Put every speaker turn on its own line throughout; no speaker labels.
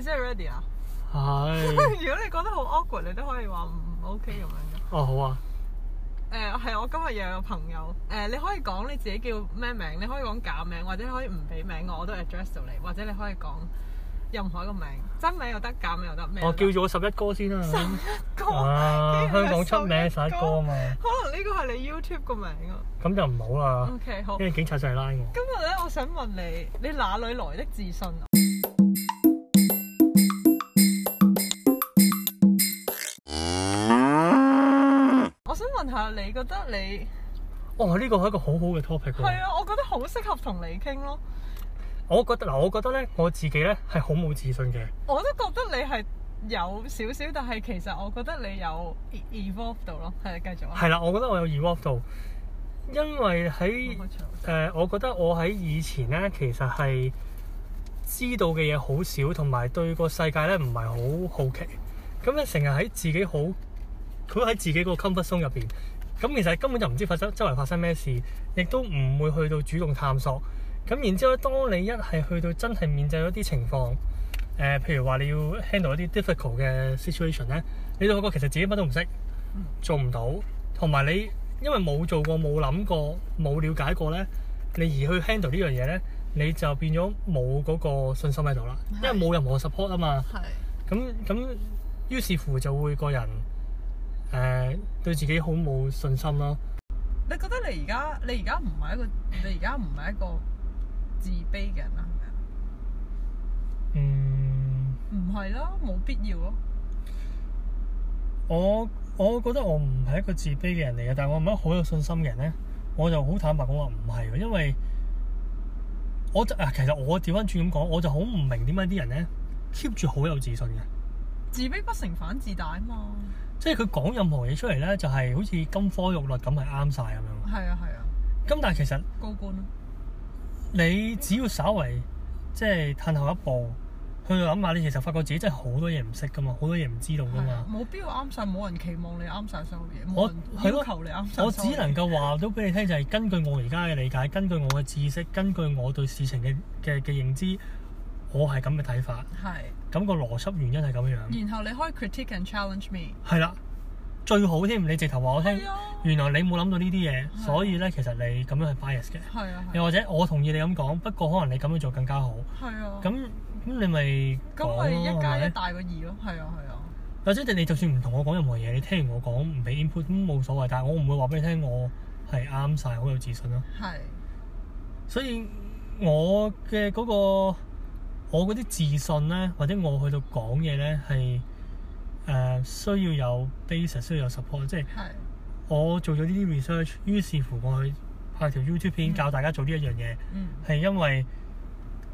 真係 ready 啊？如果
係
你覺得好 awkward，你都可以話唔 OK 咁樣嘅。
哦，好啊，
誒係、我今日又有個朋友誒、你可以講你自己叫咩名，你可以講假名，或者可以唔俾名我，我都 address 到你，或者你可以講任何一個名，真名又得，假名又得，咩
我
都
叫
得？
咗十一哥先啦。
叫
啊，香港出名十一哥啊嘛，
可能呢個係你 YouTube 個名啊。
咁就唔好啦，
OK，好
因。為警察就嚟拉我。
今日咧，我想問你，你哪裏來的自信啊？我想問下，你覺得你
哦，呢個係一個好好嘅 topic
係
喎。
啊？我覺得好適合同你傾咯。
我覺得嗱，我覺得咧，我自己咧係好冇自信嘅。
我都覺得你係有少少，但係其實我覺得你有 e- evolve 到咯。係繼續啊。
係啦，我覺得我有 evolve 到，因為喺
好長
誒、我覺得我喺以前咧，其實係知道嘅嘢好少，同埋對個世界咧唔係好好奇。咁咧成日喺自己好，佢喺自己個 comfort zone 入邊。咁其實根本就唔知發生周圍發生咩事，亦都唔會去到主動探索。咁然之後咧，當你一係去到真係面對一啲情況，誒、譬如話你要 handle 一啲 difficult 嘅 situation 咧，你就發覺其實自己乜都唔識，做唔到，同埋你因為冇做過、冇諗過、冇了解過咧，你而去 handle 呢樣嘢咧，你就變咗冇嗰個信心喺度啦，因為冇任何 support 啊嘛。
係
咁咁，於是乎就會個人誒、呃、對自己好冇信心啦。
你覺得你而家你而家唔係一個你而家唔係一個自卑嘅人啦，係咪啊？
嗯，
唔係咯，冇必要咯。
我我覺得我唔係一個自卑嘅人嚟嘅，但係我唔係一個好有信心嘅人咧，我就好坦白講話唔係喎，因為我就啊，其實我調翻轉咁講，我就好唔明點解啲人咧 keep 住好有自信嘅。
自卑不成反自大啊嘛。
即係佢講任何嘢出嚟咧，就係、好似金科玉律咁係啱晒咁樣。
係啊係啊，
咁但係其實
高官咯。
你只要稍為即係褪後一步，去到諗下，你其實發覺自己真係好多嘢唔識噶嘛，好多嘢唔知道噶
係啊
嘛。
冇必要啱晒，冇人期望你啱晒所有嘢，
我
冇人
係咯
要求你啱晒。
我只能。夠話到俾你聽，就係、根據我而家嘅理解，根據我嘅知識，根據我對事情嘅嘅嘅認知，我係咁嘅睇法。
係，
咁、個邏輯原因係咁樣樣。
然後你可以 critique and challenge me。
係啦，最好添，你直頭話我聽
係，啊
原來你冇諗到呢啲嘢，
係啊
所以咧其實你咁樣係 bias 嘅。
係啊係啊
又或者我同意你咁講，不過可能你咁樣做更加好。
係啊。
咁咁你咪
咁
講
咪
咯
一
係
加
咪
一大過二咯，係啊係啊。
或者你就算唔同我講任何嘢，你聽完我講唔俾 input 咁冇所謂，但係我唔會話俾你聽我係啱晒，好有自信咯。
係，
所以我嘅嗰、個我嗰啲自信咧，或者我去到講嘢咧係誒需要有 basis，需要有 support，即係
係，
我做咗呢啲 research，於是乎我去拍條 YouTube 片教大家做呢一樣嘢。
嗯，
係因為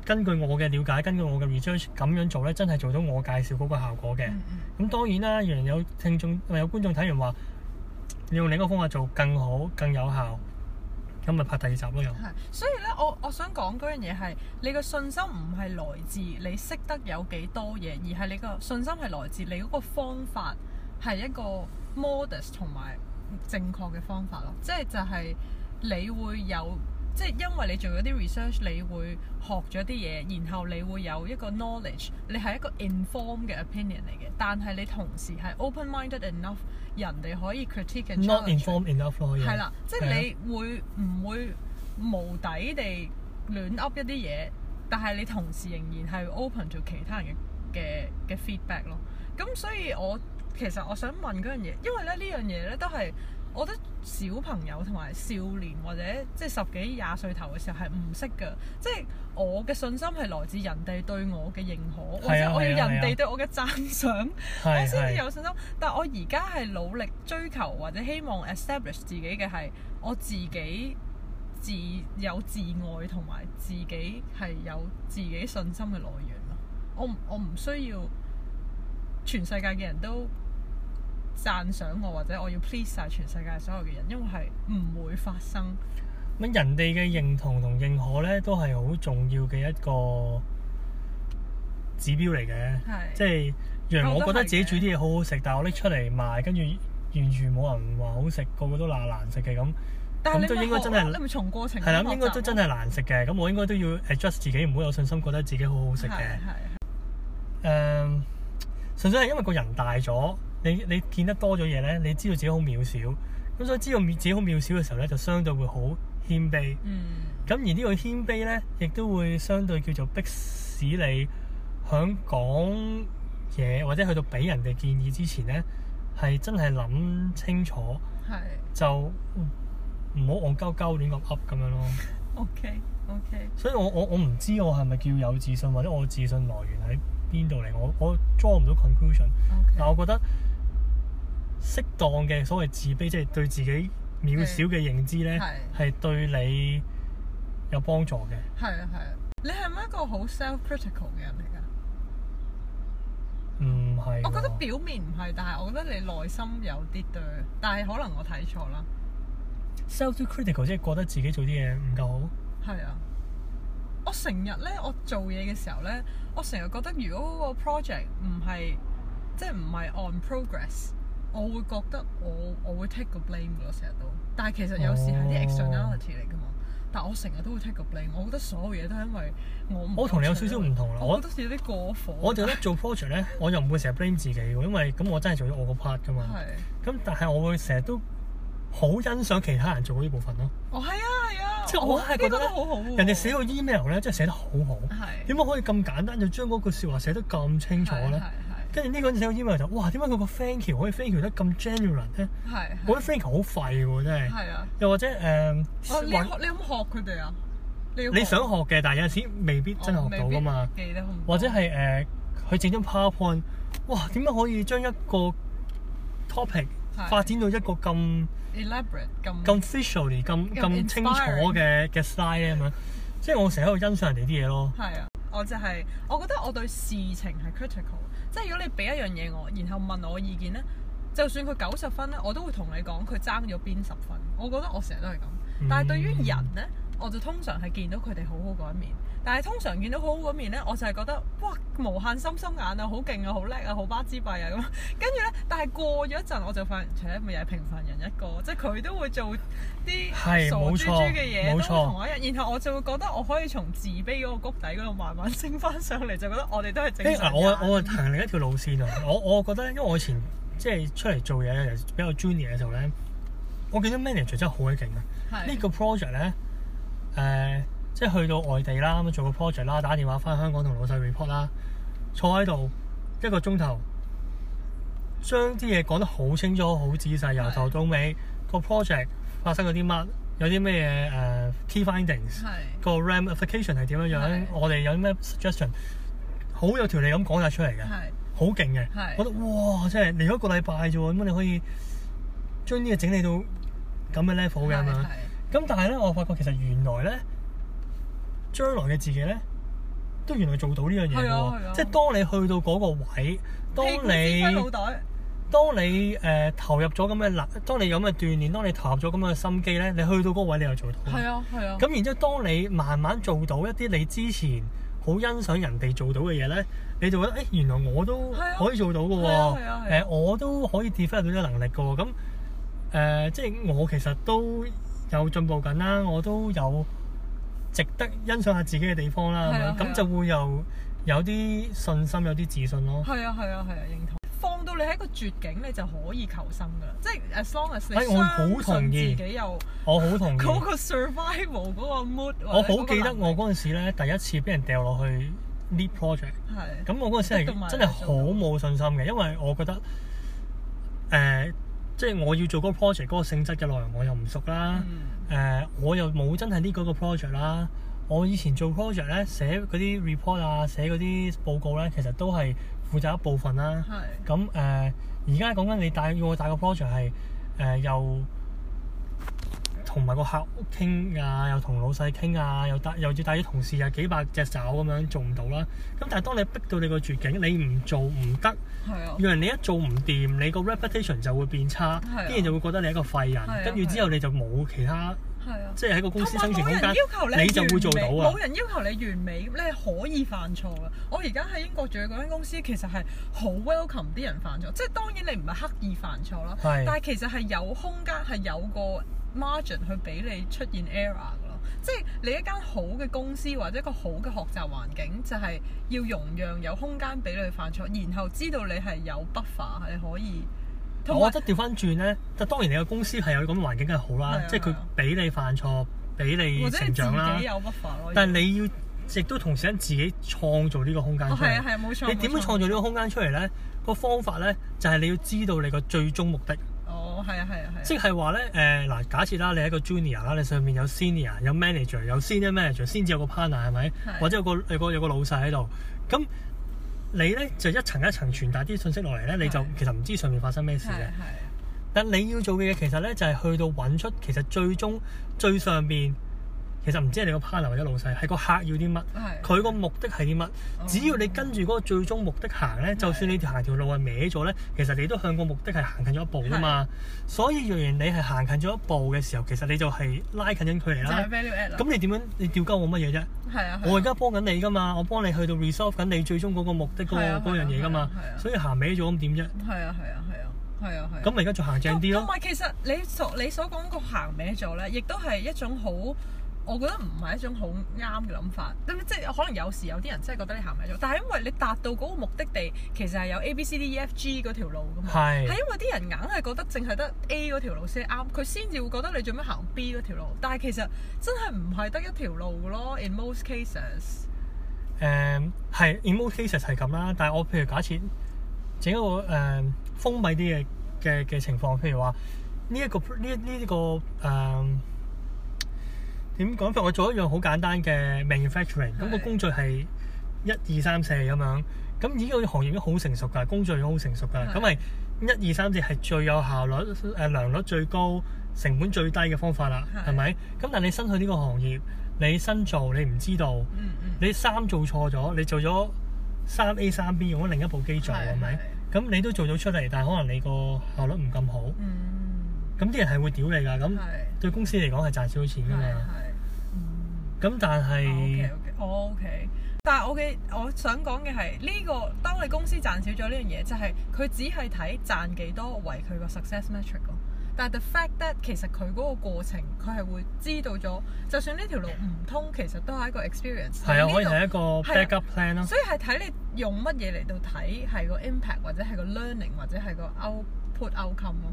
根據我嘅了解，根據我嘅 research 咁樣做咧，真係做到我介紹嗰個效果嘅。
嗯
咁當然啦，原來有聽眾有觀眾睇完話，你用另一個方法做更好、更有效，咁咪拍第二集咯又
嗯，。係。所以咧，我我想講嗰樣嘢係，你個信心唔係來自你識得有幾多嘢，而係你個信心係來自你嗰個方法係一個 modest 同埋正確嘅方法咯。即係就係你會有。即係因為你做咗啲 research，你會學咗啲嘢，然後你會有一個 knowledge，你係一個 informed 嘅 opinion 嚟嘅。但係你同時係 open-minded enough，人哋可以 critique and
Not
challenge 你
informed enough 咯，可以
係啦，即
係啊
係你會唔會無底地亂噏一啲嘢，但係你同時仍然係 open 做其他人嘅嘅嘅 feedback 咯。咁所以我其實我想問嗰樣嘢，因為咧呢樣嘢咧都係我覺得小朋友同埋少年或者即係十幾廿歲頭嘅時候係唔識㗎，即係我嘅信心係來自人哋對我嘅認可，或
係啊
者我
係
要
啊係
人
啊
哋對我嘅讚賞。我
係
先至
係
有信心。但我而家係努力追求或者希望 establish 自己嘅係我自己自有自愛同埋自己係有自己信心嘅來源咯。我唔我唔需要全世界嘅人都讚賞我，或者我要 please 晒全世界所有嘅人，因為係唔會發生。
咁人哋嘅認同同認可咧，都係好重要嘅一個指標嚟嘅。
係
即係，若然
我覺
我
得
覺得自己
係嘅
煮啲嘢好好食，但係我拎出嚟賣，跟住完全冇人話好食，個個都鬧難食嘅咁，
但係
咁都
你咪
應該
學
真
咯
係
你咪從過程
係啦，
中
咁
學
應該都
習
真
咯
係難食嘅，咁我應該都要 adjust 自己，唔好有信心覺得自己好好食
係
嘅。
係
呃純粹係因為個人大咗，你你見得多咗嘢咧，你知道自己好渺小，咁所以知道自己好渺小嘅時候咧，就相對會好謙卑。
嗯，
咁而呢個謙卑咧，亦都會相對叫做迫使你響講嘢或者去到俾人哋建議之前咧，係真係諗清楚，
係
就唔好戇鳩鳩亂咁噏咁樣咯。
OK OK，
所以我我我唔知我係咪叫有自信，或者我自信來源喺邊度嚟，我我 draw 唔到 conclusion。但
OK，
我覺得適當嘅所謂自卑，即係對自己渺小嘅認知咧，
嗯係
係對你有幫助嘅。
係啊係啊，你係咪一個好 self-critical 嘅人嚟㗎？
唔係喎。
我覺得表面唔係，但係我覺得你內心有啲對，但係可能我睇錯啦。
self critical 即係覺得自己做啲嘢唔夠好。
係啊，我成日咧，我做嘢嘅時候咧，我成日覺得如果個 project 唔係即係唔係 on progress，我會覺得我我會 take 個 blame 噶咯，成日都。但係其實有時係啲
哦
externality 嚟噶嘛。但我成日都會 take 個 blame，我覺得所有嘢都係因為我唔夠
我同你有
出力
少少唔同啦
我
我
覺得有啲過火。
我就覺得做 project 咧，我又唔會成日 blame 自己喎，因為咁我真係做咗我個 part 噶嘛。
係，
咁但係我會成日都好欣賞其他人做嗰呢部分咯。
我係啊係啊，
即係我係覺得
呢個都
咧
好好喎
人哋寫個 email 咧，真係寫得好好。
係
點解可以咁簡單就將嗰句説話寫得咁清楚
係
咧？跟住呢個人寫個 email 就哇，點解佢個 thank you 可以 thank you 得咁 genuine 咧？
係係
我覺
係
得 thank you 好廢喎，真係。
係啊！
又或者誒，
哦，你
或
學你有冇學佢哋啊？你要
你想
學
學嘅，但係有陣時未必真係學到噶嘛。，
哦我未必記得好唔好
或者係誒佢整張 PowerPoint，哇點解可以將一個 topic
係
發展到一個咁
elaborate 咁
咁 visually 咁
咁
咁清楚嘅嘅 slide 咧咁樣？即係我成日喺度欣賞人哋啲嘢咯。
係啊！我就係、我覺得我對事情係 critical，即係如果你俾一樣嘢我，然後問我意見咧，就算佢九十分咧，我都會同你講佢爭咗邊十分。我覺得我成日都係咁，
嗯
但係對於人咧，我就通常係見到佢哋好好嗰一面，但係通常見到好好嗰面咧，我就係覺得哇無限心心眼啊，好勁啊，好叻啊，好巴之閉啊咁。 跟住咧，但係過咗一陣，我就發現，切咪又係平凡人一個，即係佢都會做啲
係
傻
冇
豬
錯
豬嘅嘢，
冇
都會
錯
同我一樣。然後我就會覺得我可以從自卑嗰個谷底嗰度慢慢升翻上嚟，就覺得我哋都係正
誒嗱，
常
我
人。
我行另一條路線啊！我我覺得，因為我以前即係出嚟做嘢，尤其是比較 junior 嘅時候咧，我見到 manager 真係好鬼勁啊！呢
係
個 project 咧，誒、即係去到外地啦，咁啊做個 project 啦，打電話翻香港同老細 report 啦，坐喺度一個鐘頭，將啲嘢講得好清楚、好仔細，由頭到尾個 project 發生咗啲乜，有啲咩誒 key findings，
係
個 ramification 係點樣樣
係，
我哋有啲咩 suggestion，好有條理咁講晒出嚟嘅，
係
好勁嘅
係，
我覺得哇，真係嚟咗一個禮拜啫喎，點解你可以將呢個整理到咁嘅 level 嘅咁樣？
係
咁但係咧，我發覺其實原來咧，將來嘅自己咧，都原來做到呢樣嘢嘅
係啊係
喎。
啊
即係當你去到嗰個位，當
屁股指揮腦
你
袋
當你誒、呃投入咗咁嘅能，當你有咁嘅鍛鍊，當你投入咗咁嘅心機咧，你去到嗰個位你又做到。
係啊係啊，
嗯咁然之後，當你慢慢做到一啲你之前好欣賞人哋做到嘅嘢咧，你就覺得誒、欸原來我都
係啊
可以做到嘅喎、
係啊係啊係啊
呃我都可以 develop 到呢個能力嘅喎、咁誒、呃即係我其實都有進步緊啦，我都有值得欣賞下自己嘅地方啦，咁
係啊係
樣
啊
咁就會有有啲信心，有啲自信咯。
係啊係啊係啊，認同。放到你喺一個絕境，你就可以求生噶啦，即係 as long as
哎我
你
好
相
同意
信自己有
我好同意，
嗰個 survival 嗰個 mood 或
我
者嗰個能力。
好記得我嗰陣時咧，第一次俾人掉落去 lead project。
係
咁我嗰陣時
逼到埋嚟
係真係好冇信心嘅，因為我覺得誒、呃即係我要做嗰個 project 嗰個性質嘅內容，我又唔熟啦。
嗯
誒、我又冇真係呢嗰個 project 啦。我以前做 project 咧，寫嗰啲 report 啊，寫嗰啲報告咧，其實都係負責一部分啦。
係
咁誒，呃而家講緊你帶要我帶個 project 係誒、呃又同埋個客傾啊，又同老細傾啊，又帶又要帶啲同事啊，幾百隻手咁樣做唔到啦。咁但係當你逼到你個絕境，你唔做唔得，
係啊
讓人你一做唔掂，你個 reputation 就會變差，
係啊
啲人就會覺得你係一個廢
係啊
人，跟住之後你就冇其他，
係啊。
即係喺個公司生存空間
同埋冇人要求，你
你就會做到
完美
啊
冇。人要求你完美，你係可以犯錯嘅。我而家喺英國做嘅嗰間公司，其實係好 welcome 啲人犯錯，即係當然你唔係刻意犯錯啦，
係
但係其實係有空間，係有個 margin 去俾你出現 error 嘅咯。即係你一間好嘅公司或者一個好嘅學習環境，就係、要容讓有空間俾你犯錯，然後知道你係有 buffer，你可以同
我
埋
覺得調翻轉咧，就當然你個公司係有咁嘅環境梗係好
係
啦
啊，
即係佢俾你犯錯，俾你
或者你
成
自
長啦
己。有 buffer 咯。
但
要
你要亦都同時間自己創造呢個空間
哦
出
係啊
嚟。
係啊冇錯，
你點樣
冇
創造呢個空間出嚟咧？個方法咧就係你要知道你個最終目的，
哦係啊係啊係啊，
即係話咧誒嗱，假設啦，你係一個 junior 啦，你上面有 senior、有 manager、有 senior manager，先至有個 partner 係咪？
係
或者有個有個有個老細喺度，咁你咧就一層一層傳達啲信息落嚟咧，你就
係
其實唔知上面發生咩事啊
係
嘅。
係。
但你要做嘅嘢其實咧就係、去到揾出其實最終最上邊其實唔知係你個 partner 或者老細係個客要啲乜，
係
佢個目的係啲乜。
哦
只要你跟住嗰個最終目的行咧，就算你行條路係歪咗咧，其實你都向個目的係行近咗一步噶嘛。所以若然你係行近咗一步嘅時候，其實你就係拉近緊距離
就係
啦。
value add 啦。
咁你點樣？你吊鳩我乜嘢啫？
係啊，
我而家幫緊你噶嘛，我幫你去到 resolve 緊你最終嗰個目的嗰
係啊
個嗰樣嘢噶嘛
係啊係啊係啊。
所以行歪咗咁點啫？
係啊係啊係啊係啊係啊。
咁咪而家就行正
同
啲咯。
埋其實你所你所講個行歪咗咧，亦都係一種好，我覺得唔係一種好啱嘅諗法。咁即係可能有時有啲人真係覺得你行歪咗，但係因為你達到嗰個目的地，其實係有 A、B、C、D、E、F、G 嗰條路噶嘛。係
係
因。為啲人硬係覺得淨係得 A 嗰條路先啱，佢先至會覺得你做咩行 B 嗰條路。但係其實真係唔係得一條路嘅咯。In most cases，
誒係 in most cases 係咁啦，但係我譬如假設整一個誒、封閉啲嘅嘅嘅情況，譬如話呢一個呢一呢一個誒點講？譬如我做一樣好簡單嘅 manufacturing，咁個
係
工序係一二三四咁樣，咁已經個行業已經好成熟㗎，工序已經好成熟㗎，咁
係
係一二三四係最有效率誒、良率最高、成本最低嘅方法啦，
係
係咪？咁但係你新去呢個行業，你新做你唔知道。
嗯嗯，
你三做錯咗，你做咗三 A 三 B 用咗另一部機做
係
係咪？？
係
咁你都做咗出嚟，但係可能你個效率唔咁好，
嗯，
咁啲人係會屌你㗎。咁
係。
對公司嚟講係賺少咗錢㗎嘛。咁但係
O K O K，但哦係我嘅我想講嘅係呢個，當你公司賺少咗呢樣嘢，就係、佢只係睇賺幾多為佢個 success metric 咯。但係 the fact that 其實佢嗰個過程，佢係會知道咗，就算呢條路唔通，其實都係一個 experience。
係啊，可以
呢
係一個
係啊
backup plan
度
咯。
所以係睇你用乜嘢嚟到睇係個 impact 或者係個 learning 或者係個 output outcome 咯。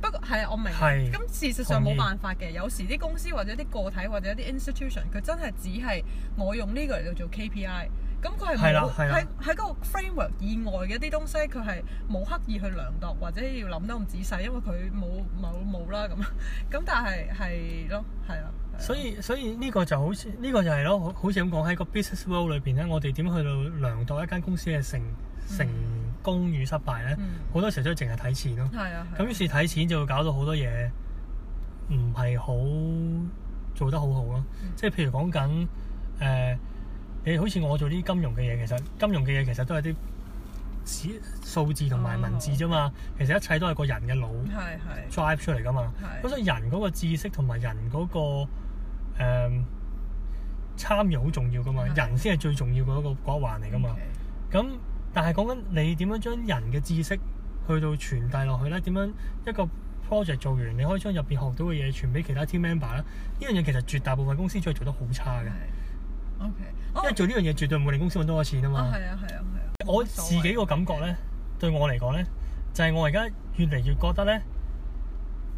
不過係啊我明。
係
咁事實上
同
冇
意
辦法嘅，有時啲公司或者啲個體或者啲 institution，佢真係只係我用呢個嚟到做 KPI，咁佢係
係啦
冇
係啦
喺喺個 framework 以外嘅一啲東西，佢係冇刻意去量度或者要諗得咁仔細，因為佢冇冇冇啦咁。 咁但係係咯，係啊。係啊
所以所以呢個就好似呢個就係咯，好好似咁講喺個 business world 裏邊咧，我哋點去到量度一間公司嘅成成功與失敗咧？
嗯，
好多時候都淨係睇錢咯。
係啊，係
咁
啊
於是睇錢就會搞到好多嘢唔係好做得好好咯。
嗯
即係譬如講緊誒，你好似我做啲金融嘅嘢，其實金融嘅嘢其實都係啲紙數字同埋文字啫
哦
嘛。其實一切都係個人嘅腦
係啊係啊
drive 出嚟噶嘛。
係
咁所以人嗰個知識同埋人嗰、個誒、參與好重要噶嘛，
係
人先係最重要嗰、個嗰一環嚟噶嘛。
OK
咁啊但係講緊你點樣將人嘅知識去到傳遞落去咧？點樣一個 project 做完，你可以將入邊學到嘅嘢傳俾其他 team member 啦。呢樣嘢其實絕大部分公司都係做得好差嘅，
係 OK。
因為
哦
做呢樣嘢絕對唔會令公司揾多咗錢啊
啊
嘛。
係啊係啊係啊。
我自己個感覺咧，對我嚟講咧，就係、我而家越嚟越覺得咧，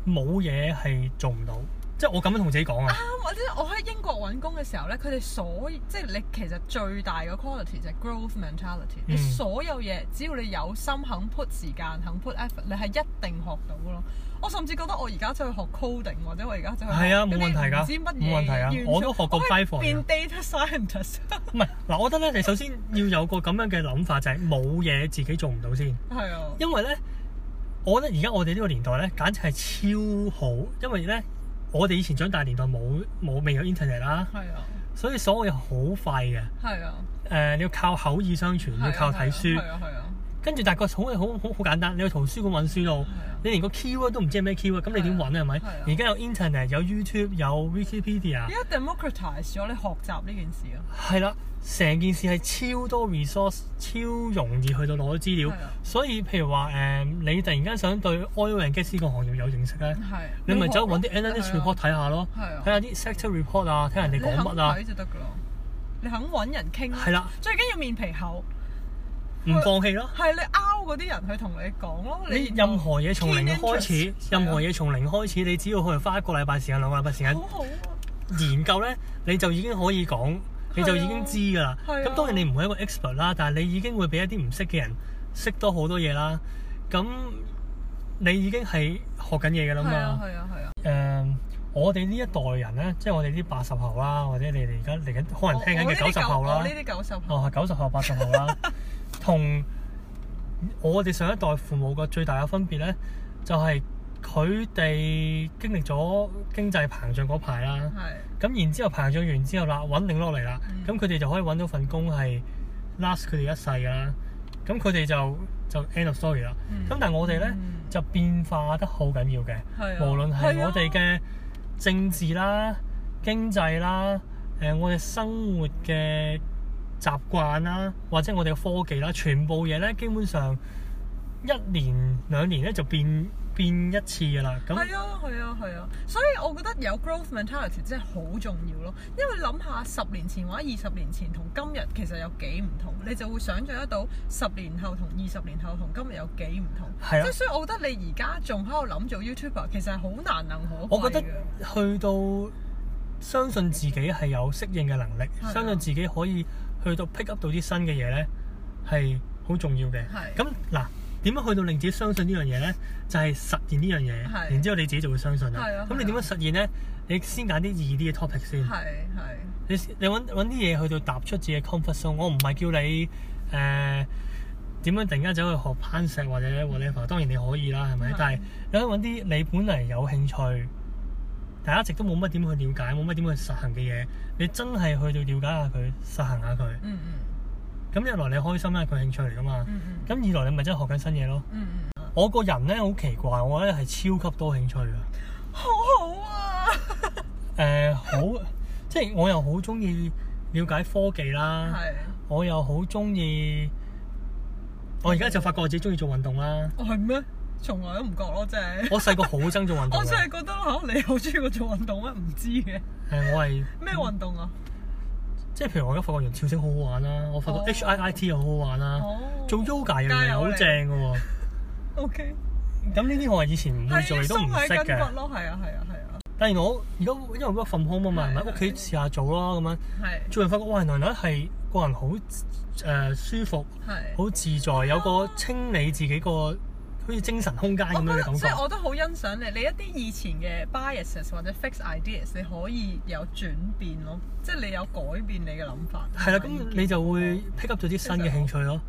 冇嘢係做唔到，即係我咁樣同自己講啊。
啱，或者我喺英國揾工嘅時候咧，佢哋所即係你其實最大嘅 quality 就係 growth mentality、你
嗯
所有嘢，只要你有心肯 put 時間，肯 put effort，你係一定學到嘅咯。我甚至覺得我而家走去學 coding，或者我而家走去學
係啊
嗰
冇
啲
問題㗎
唔知乜嘢
冇問題啊
完全
我都學過
我係
Python 啊㗎
變 data scientist
唔係嗱，我覺得咧，你首先要有個咁樣嘅諗法，就係冇嘢自己做唔到先。
係啊，
因為咧，我覺得而家我哋呢個年代咧，簡直係超好，因為咧，我哋以前長大年代冇冇未有 internet 啦，
係啊，
所以所有嘢好快嘅。誒、
係啊，
你要靠口耳相傳，
係啊
要靠睇書
係。啊，係啊，
跟住但係個好好好好簡單，你去圖書館揾書路，你連個 keyword 都唔知係咩 keyword，咁你點揾啊？係咪
啊係啊？
而家有 internet，有 YouTube，有 Wikipedia，
而家 democratize 咗你學習呢件事啊，
係啦，成件事係超多 resource，超容易去到攞資料
係啊，
所以譬如話誒、你突然間想對 oil and gas 呢個行業有認識咧，
係
你咪走去揾啲
學咯
analyst
係啊
report 睇下咯，
係啊
睇下啲 sector report 啊，睇下人
你
哋講
肯
乜啊
睇，就得噶啦，你肯揾人傾啦
係啦，
最緊要面皮厚，
唔放棄咯。
係你拗嗰啲人去同你講咯，
你
然後
任何嘢從零
keen
開始
interest，，
任
係
何
啊
嘢從零開始，你只要去花一個禮拜時間、兩個禮拜時間
好好啊，
研究咧，你就已經可以講，你就已經知㗎啦。
係啊
咁當然你唔係一個 expert 啦，但係你已經會比一啲唔識嘅人識多好多嘢啦。咁你已經係學緊嘢㗎啦
係啊
嘛。
係啊係啊，
誒、我哋呢一代人咧，即係我哋啲八十後啦，或者你哋而家嚟緊可能聽緊
我呢
嘅
啲
九十後
我
啦
呢。啲九十後
哦，係九十後、八十後啦，同我哋上一代父母個最大嘅分別咧，就係佢哋經歷咗經濟膨脹嗰排啦，
係
咁然之後膨脹完之後啦，穩定落嚟啦，
嗯
咁佢哋就可以揾到份工係 last 佢哋一世㗎啦，咁佢哋就就 end of story 啦。
嗯
咁但係我哋咧
嗯
就變化得好緊要嘅。
係啊，
無論係我
係
哋
啊
嘅政治啦、經濟啦、誒、我哋生活嘅習慣啦，或者我哋嘅科技啦，全部嘢咧基本上一年兩年咧就變變一次㗎啦。咁
係啊，係啊，係啊，所以我覺得有 growth mentality 真係好重要咯。因為諗下十年前或者二十年前同今日其實有幾唔同，你就會想像得到十年後同二十年後同今日有幾唔同。
係啊
即係所以我覺得你而家仲喺度諗做 YouTuber，其實係好難能可貴
我覺得
嘅
去到相信自己係有適應嘅能力，
係啊
相信自己可以去到 pick up 到啲新嘅嘢咧，係好重要嘅
係。
咁嗱，點樣去到令自己相信呢樣嘢咧？就係、實現呢樣嘢，
係
然之後你自己就會相信啦
係啊。
咁
係
你
啊
點樣實現咧？你先揀啲易啲嘅 topic 先。
係係
你你揾揾啲嘢去到踏出自己嘅 comfort zone。我唔係叫你誒點、樣突然間走去學攀石或者 whatever，當然你可以啦，係咪
係？
但係你可以揾啲你本嚟有興趣，但係一直都冇乜點去了解，冇乜點去實行嘅嘢，你真係去到了解下佢，實行下佢。
嗯嗯
咁一來你開心啦，佢興趣嚟噶嘛。
嗯嗯
咁二來你咪真係學緊新嘢咯。
嗯嗯，
我個人咧好奇怪，我咧係超級多興趣㗎。
好好啊，
誒、好，即係我又好中意了解科技啦。
係
我又好中意，我而家就發覺我自己中意做運動啦。
我係咩？從來都唔覺咯，真係。
我細個好憎做運動
我真係
嘅，
覺得嚇你好中意我做運動咩？唔知嘅
誒我係
咩運動啊？
即係譬如我而家發覺原來跳繩好好玩啦，我發覺
哦
H I I T 又好好玩啦，
哦
做 yoga 又
加
係
油
好
你
正嘅喎。
O K，
咁呢啲我係以前唔會做，亦都唔識
係啊筋骨
嘅。
咯，係啊，係啊，係啊，
但係我而家因為 work from home 啊嘛，
係
咪喺屋企試下做咯咁樣，
係啊
做完發覺哇原來咧係個人好誒、舒服，
係。
好自在，有個清理自己個好似精神空間
我
咁
覺
樣嘅
得，
感覺
所以。我都好欣賞你。你一啲以前嘅 biases 或者 fixed ideas，你可以有轉變咯，即係你有改變你嘅諗法。
係啦，
同埋
咁
意見
你就會 pick up 咗啲新嘅興趣咯。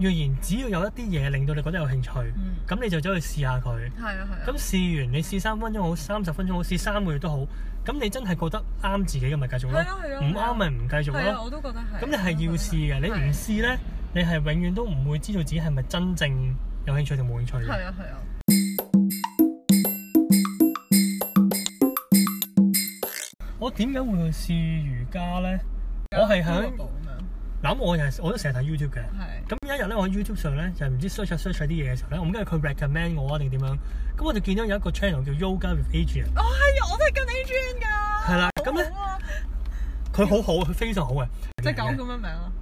若然只要有一啲嘢令到你覺得有興趣，咁、
嗯
你就走去試下佢。
係啊係啊。
咁試完你試三分鐘好，三十分鐘好，試三個月都好，咁你真係覺得啱自己嘅咪繼續咯
係啊係，啊
唔啱咪唔繼續
係啊，
咯。
我都覺得係。
咁你係要試嘅，你唔
係啊
試呢，你係永遠都唔會知道自己係咪真正有興趣定冇興趣嘅。
係啊係啊。
我點解會去試瑜伽呢？我係響
咁樣，
嗱，咁我又係我都成日睇 YouTube 嘅。
係
咁有一日咧，我喺 YouTube 上咧就係唔知 search 下 search 下啲嘢嘅時候咧，我唔記得佢 recommend 我啊定點樣，咁我就見到有一個 channel 叫 Yoga with Adrian，
哦係啊，我都係跟 Adrian 㗎。
係啦，咁咧
好啊，
佢好好，佢非常好嘅，
隻狗咁樣名啊。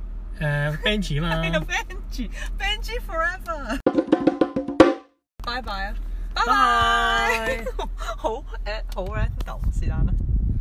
誒 Benji 啊
係啊
嘛，
，Benji Benji forever。拜拜啊！拜
拜
拜。好誒，好 random 是但啦。